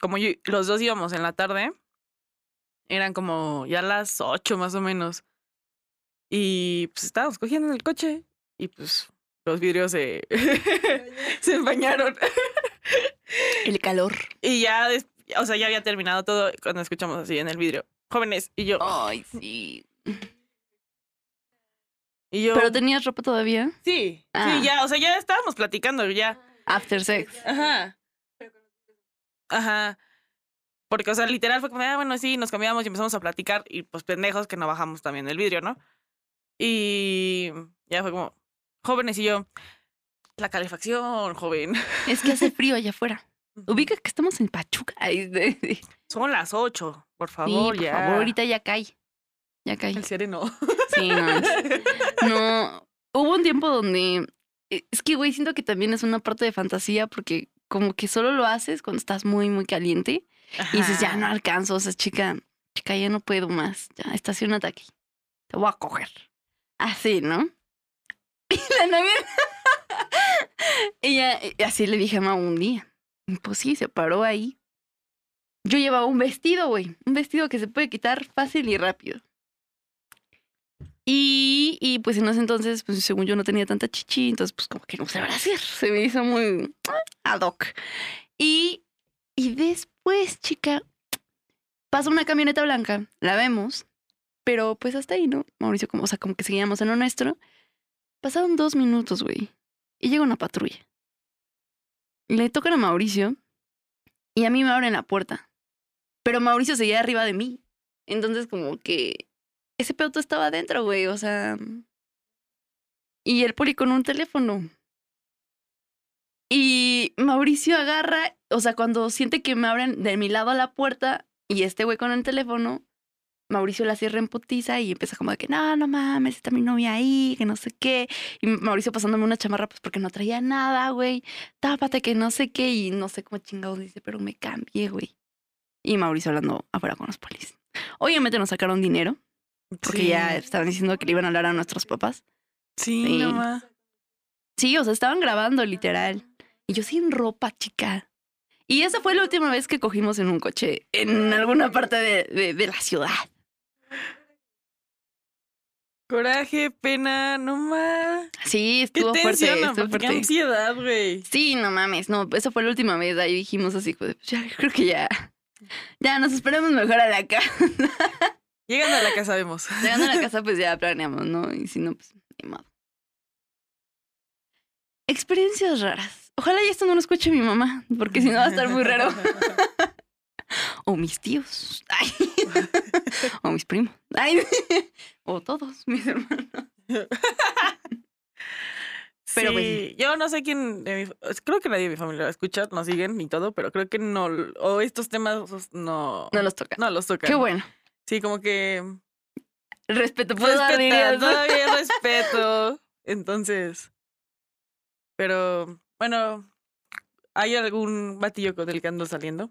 S1: Como yo- los dos íbamos en la tarde, eran como ya las 8 más o menos. Y pues estábamos cogiendo en el coche y pues los vidrios se, *laughs* se empañaron.
S2: El calor.
S1: Y ya, des- o sea, ya había terminado todo cuando escuchamos así en el vidrio. Jóvenes, y yo.
S2: Ay, sí.
S1: Y yo
S2: ¿Pero tenías ropa todavía?
S1: sí,
S2: Ah.
S1: sí, ya, o sea, ya estábamos platicando, ya.
S2: After sex.
S1: Ajá. Ajá. Porque, o sea, literal fue como, ah, bueno, sí, nos cambiamos y empezamos a platicar y pues pendejos que no bajamos también el vidrio, ¿no? Y ya fue como, jóvenes y yo, la calefacción, joven.
S2: Es que hace frío allá afuera. Ubica que estamos en Pachuca. Ay, de- de-
S1: *laughs* Son las ocho, por
S2: Sí,
S1: favor,
S2: por
S1: ya.
S2: favor, ahorita ya cae. Ya cae.
S1: El sereno.
S2: Sí, no. es- No. Hubo un tiempo donde. eh, Es que, güey, siento que también es una parte de fantasía porque como que solo lo haces cuando estás muy, muy caliente *laughs* y dices,
S1: *laughs*
S2: ya no alcanzo, o sea, chica, chica, ya no puedo más, ya, estacionate aquí, te voy a coger. Así, ¿no? *laughs* Y la novia... *laughs* y ya, y así le dije a Mau un día. Y Pues sí, se paró ahí. Yo llevaba un vestido, güey, un vestido que se puede quitar fácil y rápido. Y, y pues en ese entonces, pues según yo no tenía tanta chichi, entonces pues como que no se va a hacer. Se me hizo muy ah, ad hoc. Y, y después, chica, pasa una camioneta blanca, la vemos, pero pues hasta ahí, ¿no? Mauricio, como, o sea, como que seguíamos en lo nuestro. Pasaron dos minutos, güey, y llega una patrulla. Le tocan a Mauricio y a mí me abren la puerta, pero Mauricio seguía arriba de mí. Entonces como que ese peuto estaba adentro, güey, o sea... Y el poli con un teléfono. Y Mauricio agarra, o sea, cuando siente que me abren de mi lado la puerta y este güey con el teléfono, Mauricio la cierra en putiza y empieza como de que, no, no mames, está mi novia ahí, que no sé qué. Y Mauricio pasándome una chamarra, pues porque no traía nada, güey. Tápate, que no sé qué. Y no sé cómo chingados dice, pero me cambié, güey. Y Mauricio hablando afuera con los polis. Obviamente nos sacaron dinero, porque
S1: Sí.
S2: ya estaban diciendo que le iban a hablar a nuestros papás.
S1: Sí,
S2: Sí.
S1: no ma.
S2: Sí, o sea, estaban grabando literal. Y yo sin ropa, chica. Y esa fue la última vez que cogimos en un coche en alguna parte de, de- de la ciudad.
S1: Coraje, pena, no más.
S2: Sí,
S1: Qué
S2: estuvo fuerte.
S1: tensión,
S2: estuvo
S1: aparte, qué
S2: fuerte.
S1: ansiedad, güey.
S2: Sí, no mames, no, esa fue la última vez. Ahí dijimos así, pues, ya creo que ya. Ya nos esperamos mejor a la casa.
S1: Llegando a la casa vemos.
S2: Llegando a la casa, pues *laughs* ya planeamos, ¿no? Y si no, pues ni modo. Experiencias raras. Ojalá y esto no lo escuche mi mamá, porque si no va a estar muy
S1: *laughs*
S2: raro. o mis tíos,
S1: *laughs*
S2: Ay. o mis primos, Ay. o todos mis hermanos. Pero, pues,
S1: Sí, yo no sé quién, de mi fa- es- creo que nadie de mi familia lo escucha, nos siguen ni todo, pero creo que no, l- o estos temas o s- no,
S2: No los toca.
S1: no los tocan.
S2: Qué bueno.
S1: Sí, como que
S2: Respeto por
S1: respetan,
S2: *laughs*
S1: todavía respeto. Entonces, pero bueno, ¿hay algún batillo con el que ando saliendo?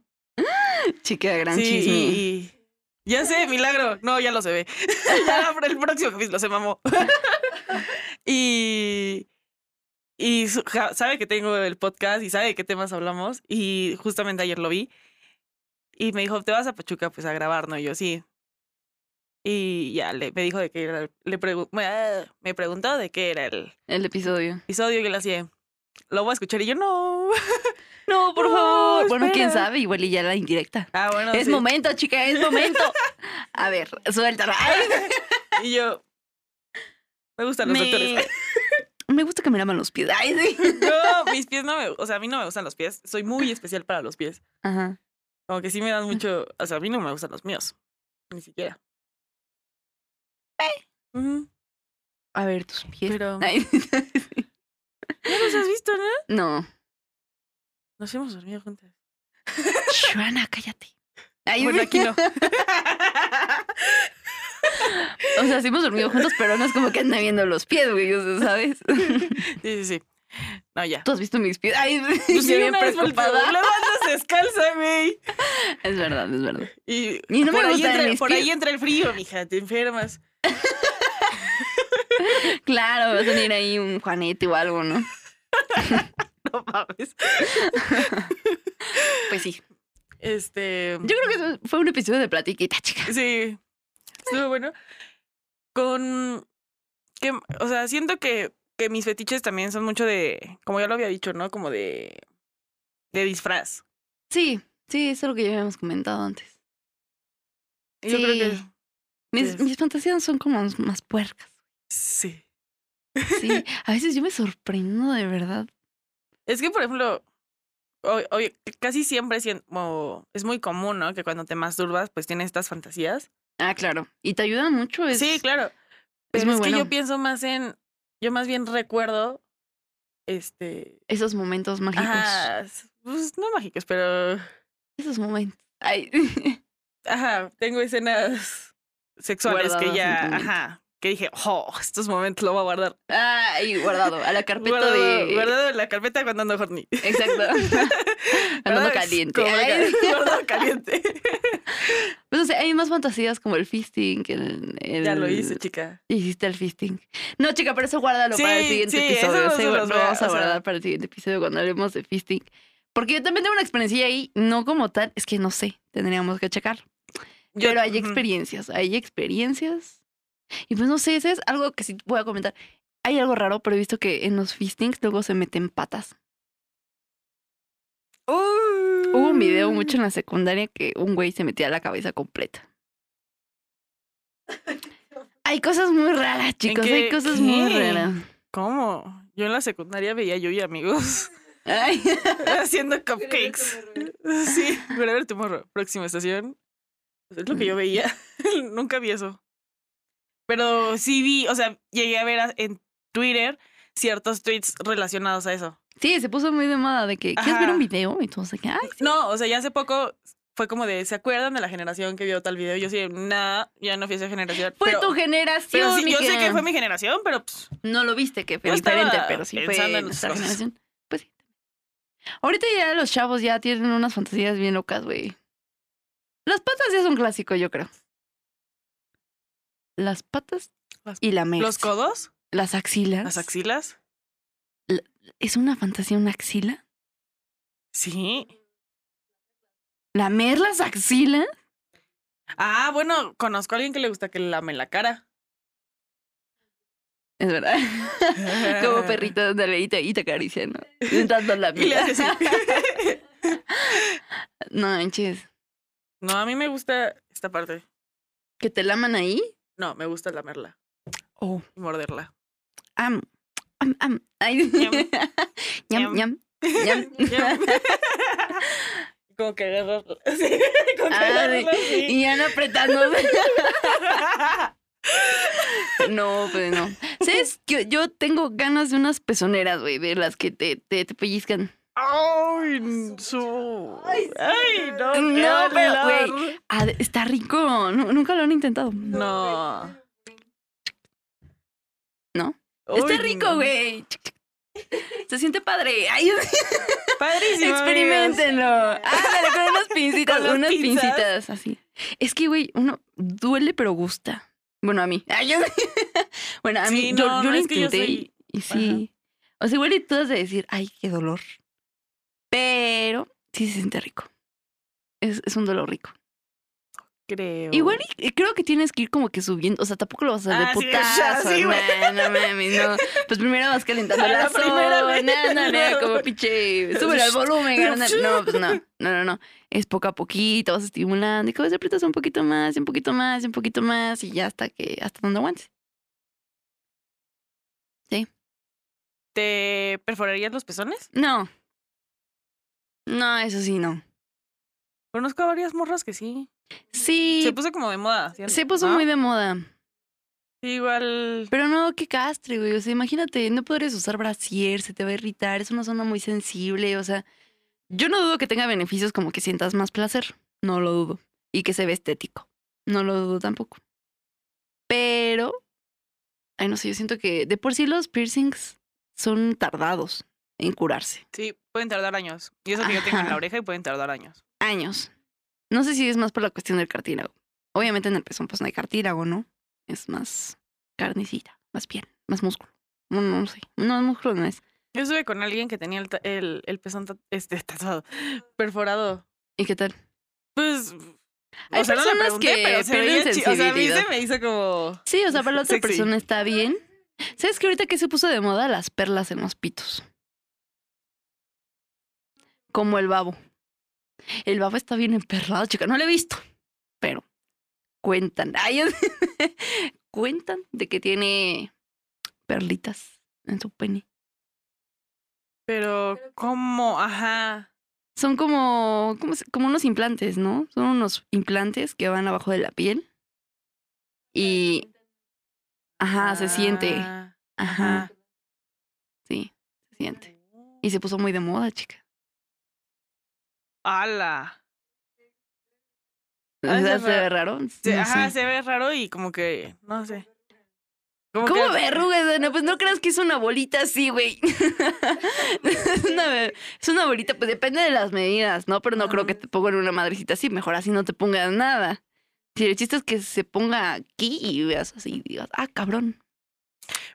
S2: Chica, gran
S1: sí,
S2: chisme.
S1: y- y- ya sé, milagro. No, ya lo se ve. *laughs* ya para el próximo capítulo se mamó. *laughs* y y su- ja- sabe que tengo el podcast y sabe de qué temas hablamos. Y justamente ayer lo vi. Y me dijo, ¿te vas a Pachuca pues a grabar? No, y yo sí. Y ya le, me dijo de qué era, el- le pregu- me- me preguntó de qué era el
S2: El episodio.
S1: episodio y yo le hacía, lo voy a escuchar y yo no. *laughs*
S2: No,
S1: por favor,
S2: Bueno, quién
S1: espera.
S2: sabe, igual y ya la indirecta.
S1: Ah, bueno.
S2: es
S1: sí.
S2: momento, chica, es
S1: *laughs*
S2: momento. A ver, suéltala.
S1: Y yo, me gustan los doctores.
S2: me gusta que me laman los pies. Ay, sí.
S1: No, mis pies no me, o sea, a mí no me gustan los pies. Soy muy especial para los pies.
S2: Ajá.
S1: Como que sí me dan mucho, o sea, a mí no me gustan los míos. Ni siquiera. Ujú,
S2: A ver, tus pies.
S1: Pero no
S2: Eh. Ay. *laughs*
S1: los has visto, ¿no?
S2: No.
S1: Nos hemos dormido juntas.
S2: Joana, cállate. Ay,
S1: Bueno, aquí no.
S2: *laughs* O sea, sí hemos dormido juntos, pero no es como que anda viendo los pies, güey, o sea, ¿sabes?
S1: *laughs* Sí, sí, sí. No, ya.
S2: ¿Tú has visto mis pies? Ay, *laughs*
S1: Yo
S2: yo bien
S1: preocupada.
S2: preocupada.
S1: Luego andas descalza, güey.
S2: Es verdad, es verdad.
S1: Y,
S2: Y no me
S1: por, ahí
S2: gustan
S1: entra,
S2: mis
S1: por
S2: pies.
S1: ahí entra el frío, mija. Te
S2: *laughs*
S1: enfermas.
S2: Claro, va a venir ahí un Juanete o algo, ¿no?
S1: No mames.
S2: Pues sí.
S1: Este.
S2: Yo creo que eso fue un episodio de platiquita, chica.
S1: Sí. Estuvo bueno. Con. Que, o sea, siento que, que mis fetiches también son mucho de. Como ya lo había dicho, ¿no? Como de. De disfraz.
S2: Sí, sí, eso es lo que ya habíamos comentado antes.
S1: Y Yo creo que.
S2: Sí. Mis,
S1: Sí.
S2: mis fantasías son como más puercas.
S1: Sí.
S2: Sí, a veces yo me sorprendo de verdad.
S1: Es que, por ejemplo. hoy- hoy- casi siempre sien- o- es muy común, ¿no? Que cuando te masturbas, pues tienes estas fantasías.
S2: Ah, claro. Y te ayuda mucho. Es,
S1: sí, claro.
S2: Pues, es
S1: Pero
S2: muy
S1: es, que
S2: bueno.
S1: yo pienso más en. Yo más bien recuerdo. Este.
S2: Esos momentos mágicos.
S1: Ajá. s- Pues no mágicos, pero.
S2: Esos momentos. Ay.
S1: ajá, tengo escenas sexuales que
S2: Guardadas en tu
S1: ya,
S2: mente.
S1: ajá, que dije, oh, estos momentos lo voy a guardar.
S2: *laughs* Ay, guardado. A la carpeta
S1: Guardado,
S2: de.
S1: guardado en la carpeta cuando ando horny.
S2: *laughs*
S1: *laughs*
S2: Exacto. Andando
S1: Guardado-
S2: caliente.
S1: como
S2: Ay.
S1: ca- *laughs* Guardado
S2: *laughs*
S1: caliente.
S2: Pues, o sea, hay más fantasías como el fisting. el- el-
S1: ya lo hice, chica.
S2: Hiciste el fisting. No, chica, pero eso guárdalo para el
S1: Sí,
S2: siguiente
S1: sí, eso
S2: episodio.
S1: no
S2: Eso
S1: se los
S2: lo
S1: voy a-
S2: vamos a
S1: o sea-
S2: guardar para el siguiente episodio cuando hablemos de fisting. Porque yo también tengo una experiencia ahí, no como tal, es que no sé, tendríamos que checar.
S1: Yo-
S2: pero hay
S1: ujú.
S2: experiencias, hay experiencias. Y pues no sé, ese es algo que sí voy a comentar. Hay algo raro, pero he visto que en los fistings luego se meten patas.
S1: Uh.
S2: Hubo un video mucho en la secundaria que un güey se metía la cabeza completa. Hay cosas muy raras, chicos. Hay
S1: qué-
S2: cosas muy
S1: qué?
S2: raras.
S1: ¿Cómo? Yo en la secundaria veía yo y amigos *laughs*
S2: Ay. *laughs*
S1: haciendo cupcakes. *laughs* Sí, pero a ver tu morro. Próxima estación. Pues, Es lo que
S2: Mm.
S1: yo veía. *laughs* Nunca vi eso. Pero sí vi, o sea, llegué a ver a- en Twitter ciertos tweets relacionados a eso.
S2: Sí, se puso muy de moda de que quieres ver
S1: Ajá.
S2: un video y todo, o sea, que ay,
S1: No, o sea, ya hace poco fue como de, ¿se acuerdan de la generación que vio tal video? Yo sí, nada, ya no fui a esa generación.
S2: fue
S1: pero,
S2: tu generación.
S1: pero sí, yo sé que
S2: Miquela.
S1: fue mi generación, pero pues,
S2: No lo viste, que fue
S1: Yo estaba
S2: diferente, pero sí fue
S1: pensando en
S2: nuestra
S1: otras cosas.
S2: generación. Pues sí. Ahorita ya los chavos ya tienen unas fantasías bien locas, güey. Las patas ya es un clásico, yo creo. Las patas
S1: Las-
S2: y la mesa.
S1: los codos,
S2: Las axilas.
S1: las axilas.
S2: ¿Es una fantasía una axila?
S1: Sí.
S2: ¿Lamer las axilas?
S1: Ah, bueno, conozco a alguien que le gusta que le lame la cara.
S2: Es verdad. *laughs* Como
S1: *laughs*
S2: perrito, ándale, y te, y te acaricia, ¿no? Intentando la
S1: Y *laughs* le hace así.
S2: *laughs* No manches.
S1: No, a mí me gusta esta parte.
S2: ¿Que te laman ahí?
S1: No, me gusta lamerla
S2: Oh.
S1: y
S2: *laughs*
S1: morderla.
S2: Am. Am, am. Ay.
S1: Ñam.
S2: Ñam,
S1: Ñam.
S2: *laughs* ñam.
S1: *laughs*
S2: Ñam.
S1: Como que agarrarla. *laughs* Sí, como que
S2: Ah, de-
S1: agarrarla *laughs* así.
S2: Y Ana apretándose. *laughs* No, pues no. ¿Sabes? Yo, yo tengo ganas de unas pezoneras, güey, de las que te, te, te pellizcan.
S1: Ay, su.
S4: Ay, sí,
S1: Ay, no,
S2: no,
S1: qué
S2: pero,
S1: olor.
S2: Ah, de- está rico. Nu- nunca lo han intentado.
S1: No.
S2: ¿No? está
S1: Uy,
S2: rico,
S1: no.
S2: güey. Se siente padre. *laughs* Ay,
S1: Padrísimo.
S2: Experimentenlo. Ándale, con unas
S1: *laughs*
S2: pincitas,
S1: Con las
S2: unas
S1: pinzas.
S2: pincitas, así. Es que, güey, uno duele, pero gusta. Bueno, a mí. *laughs* Ay, yo- bueno, a
S1: Sí,
S2: mí, yo,
S1: no,
S2: yo
S1: no,
S2: lo
S1: es que yo
S2: intenté y- y, sí. O sea, igual y tú has de decir, ay, qué dolor. Pero sí se siente rico. Es, es un dolor rico.
S1: Creo.
S2: Igual y- y creo que tienes que ir como que subiendo. O sea, tampoco lo vas a hacer de
S1: Ah, sí,
S2: putazo.
S1: ya, sí, güey.
S2: nah, no mames, no. Pues primero vas calentando
S1: A la
S2: la
S1: primera
S2: zona.
S1: vez. *laughs*
S2: Ándale, como pinche. Súbele al volumen. carnal. No, pues no. No, no, no. Es poco a poquito, vas estimulando. Y cada vez aprietas un poquito más, y un poquito más, y un poquito más. Y ya hasta que, hasta donde aguantes.
S1: ¿Te perforarías los pezones?
S2: No. No, eso sí, no.
S1: Conozco a varias morras que sí.
S2: Sí.
S1: Se puso como de moda. ¿sí?
S2: Se puso
S1: ¿No?
S2: muy de moda.
S1: Sí, Igual.
S2: Pero no, qué castre, güey. O sea, imagínate, no podrías usar brasier, se te va a irritar, es una zona muy sensible. O sea, yo no dudo que tenga beneficios como que sientas más placer. No lo dudo. Y que se ve estético. No lo dudo tampoco. Pero, ay, no sé, yo siento que de por sí los piercings son tardados en curarse.
S1: Sí, pueden tardar años. Y eso que yo tengo en
S2: Ajá.
S1: la oreja y pueden tardar años.
S2: Años. No sé si es más por la cuestión del cartílago. Obviamente en el pezón pues no hay cartílago, ¿no? Es más carnicita, más piel, más músculo. No, no sé. No, músculo no es.
S1: Yo estuve con alguien que tenía el, ta- el, el pezón ta- este, *laughs* tatuado, perforado.
S2: ¿Y qué tal?
S1: Pues.
S2: Hay
S1: o sea, no le
S2: personas
S1: pregunté,
S2: que
S1: pero se veía
S2: pierden
S1: chi- O sea, a mí se
S2: sensibilidad.
S1: me hizo como.
S2: Sí, o sea, para la otra
S1: Sexy.
S2: persona está bien. ¿Sabes que ahorita que se puso de moda las perlas en los pitos? Como el babo. El babo está bien emperrado, chica. No lo he visto, pero cuentan. *laughs* Ay, cuentan de que tiene perlitas en su pene.
S1: Pero, ¿cómo? Ajá.
S2: Son como, como, se- como unos implantes, ¿no? Son unos implantes que van abajo de la piel. Y... Ajá, se siente.
S1: Ah,
S2: Ajá, sí, se siente. Y se puso muy de moda, chica.
S1: ¡Hala!
S2: O
S1: Ah,
S2: sea,
S1: es
S2: ¿Se ve
S1: raro.
S2: raro? No
S1: Se- ajá,
S2: sé.
S1: se ve raro y como que, no sé. Como
S2: ¿Cómo
S1: que-
S2: verrugas, Dana? Pues no creas que es una bolita así, güey. *laughs* es, una, es una bolita, pues depende de las medidas, ¿no? Pero no creo que
S1: Ajá.
S2: te pongan una madrecita así. Mejor así no te pongas nada. Si el chiste es que se ponga aquí y veas así y digas, ah, cabrón,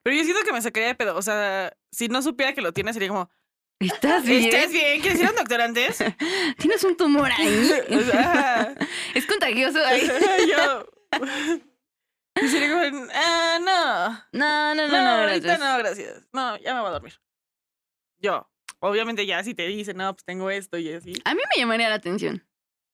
S1: Pero yo siento que me sacaría de pedo. O sea, si no supiera que lo tiene, sería como,
S2: ¿estás bien?
S1: *laughs* ¿estás bien? ¿Quieres ir a un doctor
S2: *laughs*
S1: antes? *laughs*
S2: ¿Tienes un tumor ahí?
S1: O sea,
S2: *laughs* es contagioso.
S1: ajá. *laughs*
S2: ay.
S1: yo. Y sería como, ah, no.
S2: No, no, no,
S1: No,
S2: no,
S1: ahorita
S2: gracias.
S1: no, gracias. No, ya me voy a dormir. Yo. Obviamente ya si te dicen, no, pues tengo esto y así.
S2: A mí me llamaría la atención.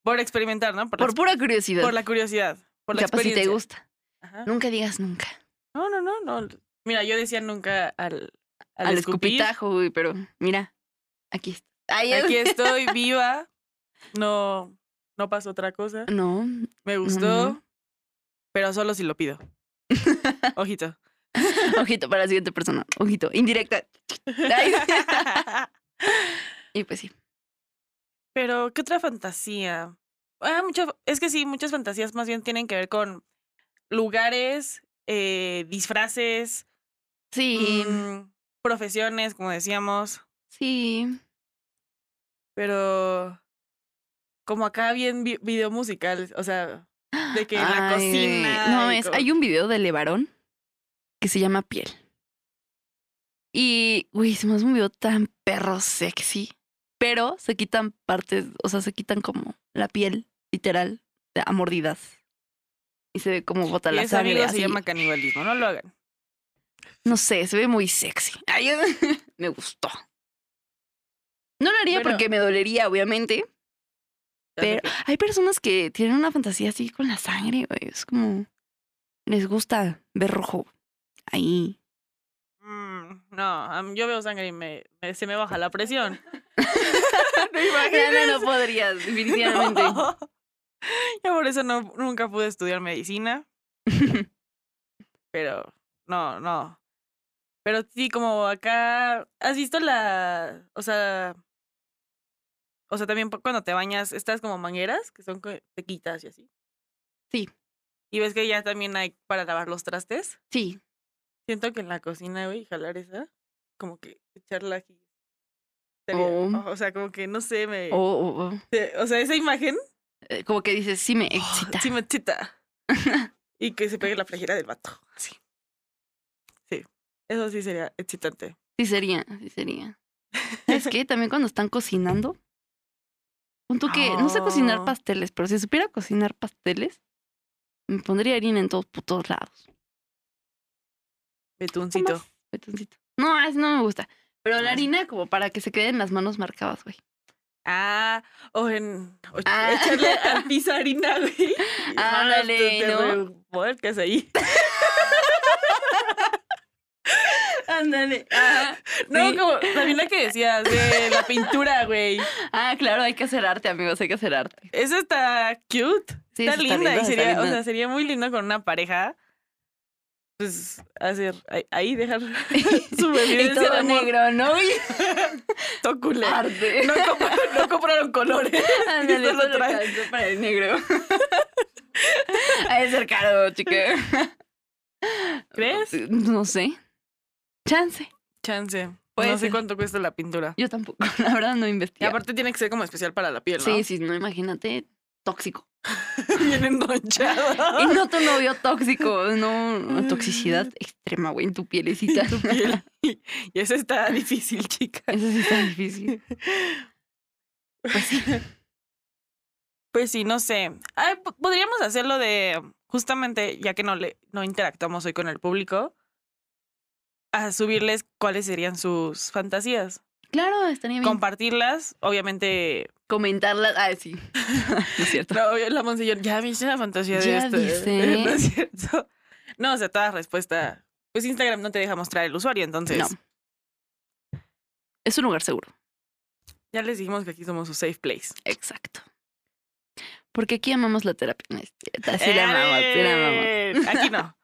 S1: Por experimentar, ¿no? Por, la,
S2: Por pura curiosidad.
S1: por la curiosidad. Por la
S2: Capaz si te
S1: experiencia.
S2: gusta.
S1: Ajá.
S2: Nunca digas nunca.
S1: No, no, no, no. Mira, yo decía nunca al, al,
S2: Al,
S1: escupir.
S2: escupitajo, güey, pero mira, aquí está. Ay, es- *laughs*
S1: Aquí estoy viva. No, no pasó otra cosa.
S2: No, *laughs*
S1: Me gustó,
S2: no.
S1: pero solo si lo
S2: *laughs*
S1: pido. Ojito.
S2: ojito para la siguiente persona. Ojito,
S1: *laughs*
S2: indirecta. *laughs* Ay. y pues sí.
S1: pero, ¿qué otra fantasía? Ah, mucho- es que sí, muchas fantasías más bien tienen que ver con lugares, eh, disfraces,
S2: Sí,
S1: mm, profesiones, como decíamos.
S2: sí.
S1: pero como acá bien vi- video musical, o sea, de que en la
S2: Ay, güey.
S1: cocina.
S2: No,
S1: y
S2: es,
S1: como-
S2: hay un video de Levarón que se llama Piel. Y, güey, se me hace un video tan perro sexy. Pero se quitan partes, o sea, se quitan como la piel, literal, a mordidas. Y se ve como bota
S1: y
S2: la
S1: eso, amigos,
S2: sangre.
S1: se
S2: así.
S1: llama canibalismo, no lo hagan.
S2: No sé, se ve muy sexy. Ay, *laughs* me gustó. No lo haría
S1: Bueno.
S2: porque me dolería, obviamente.
S1: Ya sé
S2: Pero-
S1: que-
S2: Hay personas que tienen una fantasía así con la sangre, güey. Es como. Les gusta ver rojo.
S1: *laughs*
S2: Ahí.
S1: Mm, no, am- yo veo sangre y me, me- se me
S2: *laughs*
S1: baja la presión. *laughs* ¿Te
S2: Ya
S1: imaginas?
S2: no,
S1: *laughs*
S2: no podrías, definitivamente.
S1: No. Yo por eso no, nunca pude estudiar medicina, pero no, no. Pero sí, como acá. ¿Has visto la. O sea. O sea, también po- cuando te bañas, estas como mangueras que son que te quitas y así.
S2: Sí.
S1: Y ves que ya también hay para lavar los trastes.
S2: *laughs* Sí.
S1: Siento que en la cocina, güey, jalar esa, como que echarla aquí. estaría-
S2: Oh.
S1: O sea, como que no sé, me.
S2: O, o- o,
S1: te- o sea, esa imagen.
S2: eh, como que dices, sí me excita.
S1: Sí, me
S2: *laughs*
S1: chita. Oh, y que se pegue la playera del vato. Sí. Sí. Eso sí sería excitante.
S2: Sí sería, sí sería.
S1: *laughs*
S2: ¿Sabes qué? También cuando están cocinando. Punto que no sé cocinar
S1: Oh.
S2: pasteles, pero si supiera cocinar pasteles, me pondría harina en todos putos lados.
S1: Betuncito.
S2: Nomás, betoncito. No, eso no me gusta. Pero la
S1: Ah.
S2: harina como para que se queden las manos marcadas, güey.
S1: Ah, o en. o
S2: Ah.
S1: Echarle
S2: *laughs*
S1: al piso harina, güey. este,
S2: Ándale,
S1: Podcast
S2: *laughs*
S1: ahí.
S2: Ándale.
S1: No,
S2: Sí.
S1: como también la que decías de la pintura, güey.
S2: Ah, claro, hay que hacer arte, amigos, hay que hacer arte.
S1: Eso está cute.
S2: Sí,
S1: está
S2: eso
S1: linda.
S2: lindo,
S1: y
S2: está
S1: sería, o
S2: lindo.
S1: sea, sería muy lindo con una pareja. Pues hacer ahí, ahí dejar
S2: *laughs*
S1: *laughs* su
S2: Y
S1: bebida
S2: todo negro, ¿no? Y
S1: No,
S2: arte.
S1: comp- no compraron colores.
S2: Ándale,
S1: solo
S2: solo
S1: trae-
S2: alcanzó para el negro. Ha de ser caro, chica.
S1: ¿Crees?
S2: No sé. Chance.
S1: Chance.
S2: Puede
S1: no sé
S2: ser.
S1: cuánto cuesta la pintura.
S2: Yo tampoco, *laughs* la verdad no
S1: Y
S2: investigué.
S1: aparte tiene que ser como especial para la piel, ¿no?
S2: Sí, sí, no, imagínate, tóxico.
S1: *laughs* Bien enronchado.
S2: Y no tu novio tóxico, no, una toxicidad extrema, güey, en tu pielecita.
S1: Mm. tu piel. *laughs* Y eso está difícil, chica.
S2: Eso sí está difícil. Pues sí.
S1: Pues sí, no sé. Ay, po- podríamos hacerlo de, justamente, ya que no, le, no interactuamos hoy con el público, a subirles cuáles serían sus fantasías.
S2: *laughs* Claro, estaría bien.
S1: Compartirlas, obviamente.
S2: Comentarlas. Ah, sí. *laughs* No es cierto.
S1: No, la Monseñor, ya viste la fantasía de
S2: Ya
S1: esto.
S2: viste.
S1: *laughs* No es cierto. No, o sea, toda respuesta. Pues Instagram no te deja mostrar el usuario, entonces.
S2: No. Es un lugar seguro.
S1: Ya les dijimos que aquí somos su safe place.
S2: Exacto. Porque aquí amamos la terapia. No es cierto, Así la amamos, sí la amamos.
S1: ¡Eh! Aquí
S2: *laughs*
S1: no.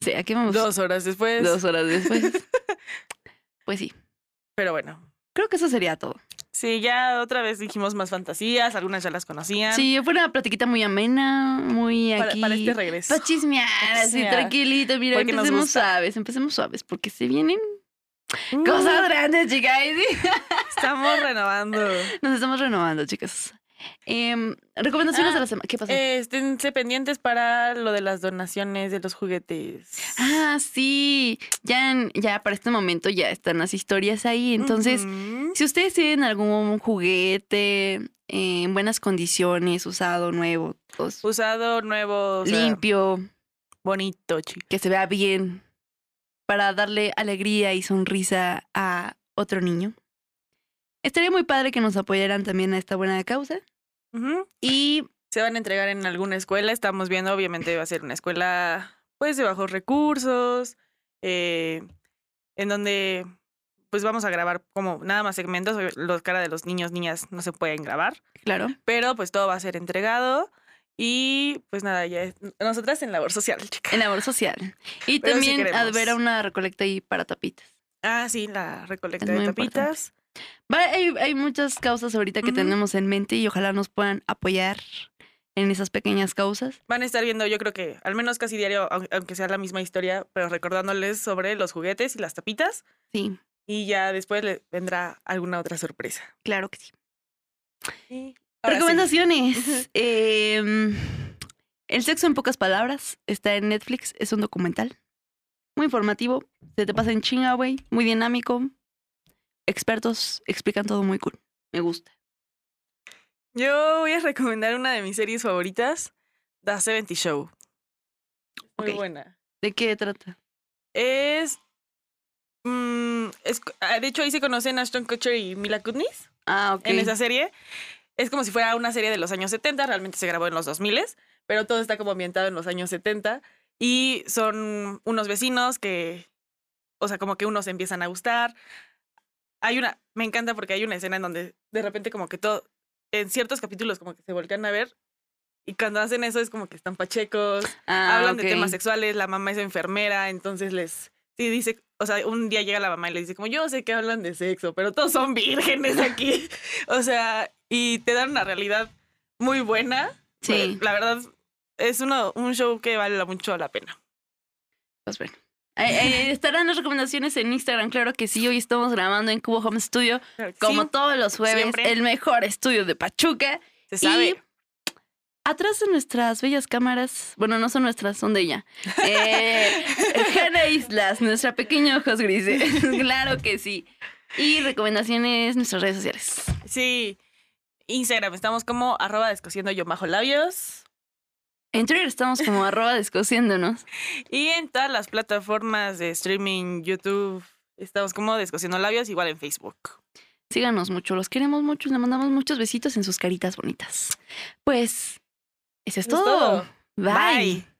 S2: Sí, aquí amamos dos,
S1: Dos horas después.
S2: horas después. *laughs* pues sí,
S1: Pero bueno.
S2: creo que eso sería todo.
S1: Sí, ya otra vez dijimos más fantasías, algunas ya las conocían.
S2: Sí, fue una platiquita muy amena, muy
S1: para,
S2: aquí.
S1: para este regreso.
S2: Pa' chismear,
S1: Para
S2: así
S1: chismear.
S2: tranquilito. Mira,
S1: Porque nos
S2: empecemos
S1: gusta.
S2: suaves, empecemos suaves, porque se vienen Pues, cosas grandes, chicas. y sí,
S1: Uh, Estamos
S2: *laughs*
S1: renovando.
S2: Nos estamos renovando, chicas. Em, recomendaciones
S1: Ah,
S2: de la semana. ¿Qué pasó?
S1: Eh, esténse pendientes para lo de las donaciones de los juguetes.
S2: Ah, sí. Ya, en- ya para este momento ya están las historias ahí. Entonces,
S1: Ujú.
S2: si ustedes tienen algún juguete eh, en buenas condiciones, usado, nuevo, todo eso,
S1: usado, nuevo, o sea,
S2: limpio,
S1: bonito, chico.
S2: que se vea bien, para darle alegría y sonrisa a otro niño, estaría muy padre que nos apoyaran también a esta buena causa.
S1: Ujú.
S2: Y
S1: Se van a entregar en alguna escuela. Estamos viendo, obviamente, va a ser una escuela pues de bajos recursos, eh, en donde pues vamos a grabar como nada más segmentos. obvio- Los cara de los niños, niñas no se pueden grabar.
S2: claro,
S1: pero pues todo va a ser entregado y pues nada, ya es- nosotras en labor social, chica.
S2: en labor social. Y
S1: Pero sí
S2: también
S1: queremos.
S2: adver a una recolecta ahí para tapitas.
S1: Ah, sí, la recolecta
S2: Es
S1: de
S2: muy importante.
S1: tapitas.
S2: Va- hay, hay muchas causas ahorita que
S1: Ujú.
S2: tenemos en mente y ojalá nos puedan apoyar en esas pequeñas causas.
S1: Van a estar viendo, yo creo que al menos casi diario, au- aunque sea la misma historia, pero recordándoles sobre los juguetes y las tapitas.
S2: Sí,
S1: Y ya después le vendrá alguna otra sorpresa.
S2: claro que sí.
S1: Ahora sí.
S2: Recomendaciones.
S1: Ujú.
S2: Em, el sexo en pocas palabras está en Netflix, es un documental. Muy informativo, se te pasa en chinga, güey, muy dinámico. Expertos explican todo muy cool. Me gusta.
S1: Yo voy a recomendar una de mis series favoritas, The 70 Show. Muy
S2: Ok.
S1: buena.
S2: ¿De qué trata?
S1: Es, mm, es- ah, De hecho, ahí se conocen Ashton Kutcher y Mila Kunis.
S2: Ah, ok.
S1: en esa serie. Es como si fuera una serie de los años 70, realmente se grabó en los 2000, pero todo está como ambientado en los años 70 y son unos vecinos que, o sea, como que unos se empiezan a gustar. Hay una, me encanta porque hay una escena en donde de repente como que todo, en ciertos capítulos como que se voltean a ver Y cuando hacen eso es como que están pachecos,
S2: Ah,
S1: hablan
S2: ok.
S1: de temas sexuales, la mamá es enfermera, entonces les... Sí, dice, o sea, un día llega la mamá y le dice como, yo sé que hablan de sexo, pero todos son *laughs* vírgenes aquí. *laughs* o sea, y te dan una realidad muy buena.
S2: Sí,
S1: La verdad, es uno, un show que vale mucho la pena.
S2: pues bueno. Ahí- ahí estarán las recomendaciones en Instagram, claro que sí. Hoy estamos grabando en Cubo Home Studio, como
S1: Sí,
S2: todos los jueves,
S1: siempre.
S2: el mejor estudio de Pachuca.
S1: se sabe.
S2: Y atrás de nuestras bellas cámaras, bueno, no son nuestras, son de ella.
S1: *laughs*
S2: Eh, Hanna Islas, nuestra pequeña ojos grises. *laughs* claro que sí. Y recomendaciones, nuestras redes sociales.
S1: Sí. Instagram, estamos como arroba descosiendo yo bajo labios.
S2: En Twitter estamos como arroba descosiéndonos.
S1: Y en todas las plataformas de streaming, YouTube, estamos como descosiendo labios, igual en Facebook.
S2: Síganos mucho, los queremos mucho, le mandamos muchos besitos en sus caritas bonitas. Pues, eso es,
S1: Eso es
S2: todo.
S1: todo.
S2: Bye.
S1: Bye.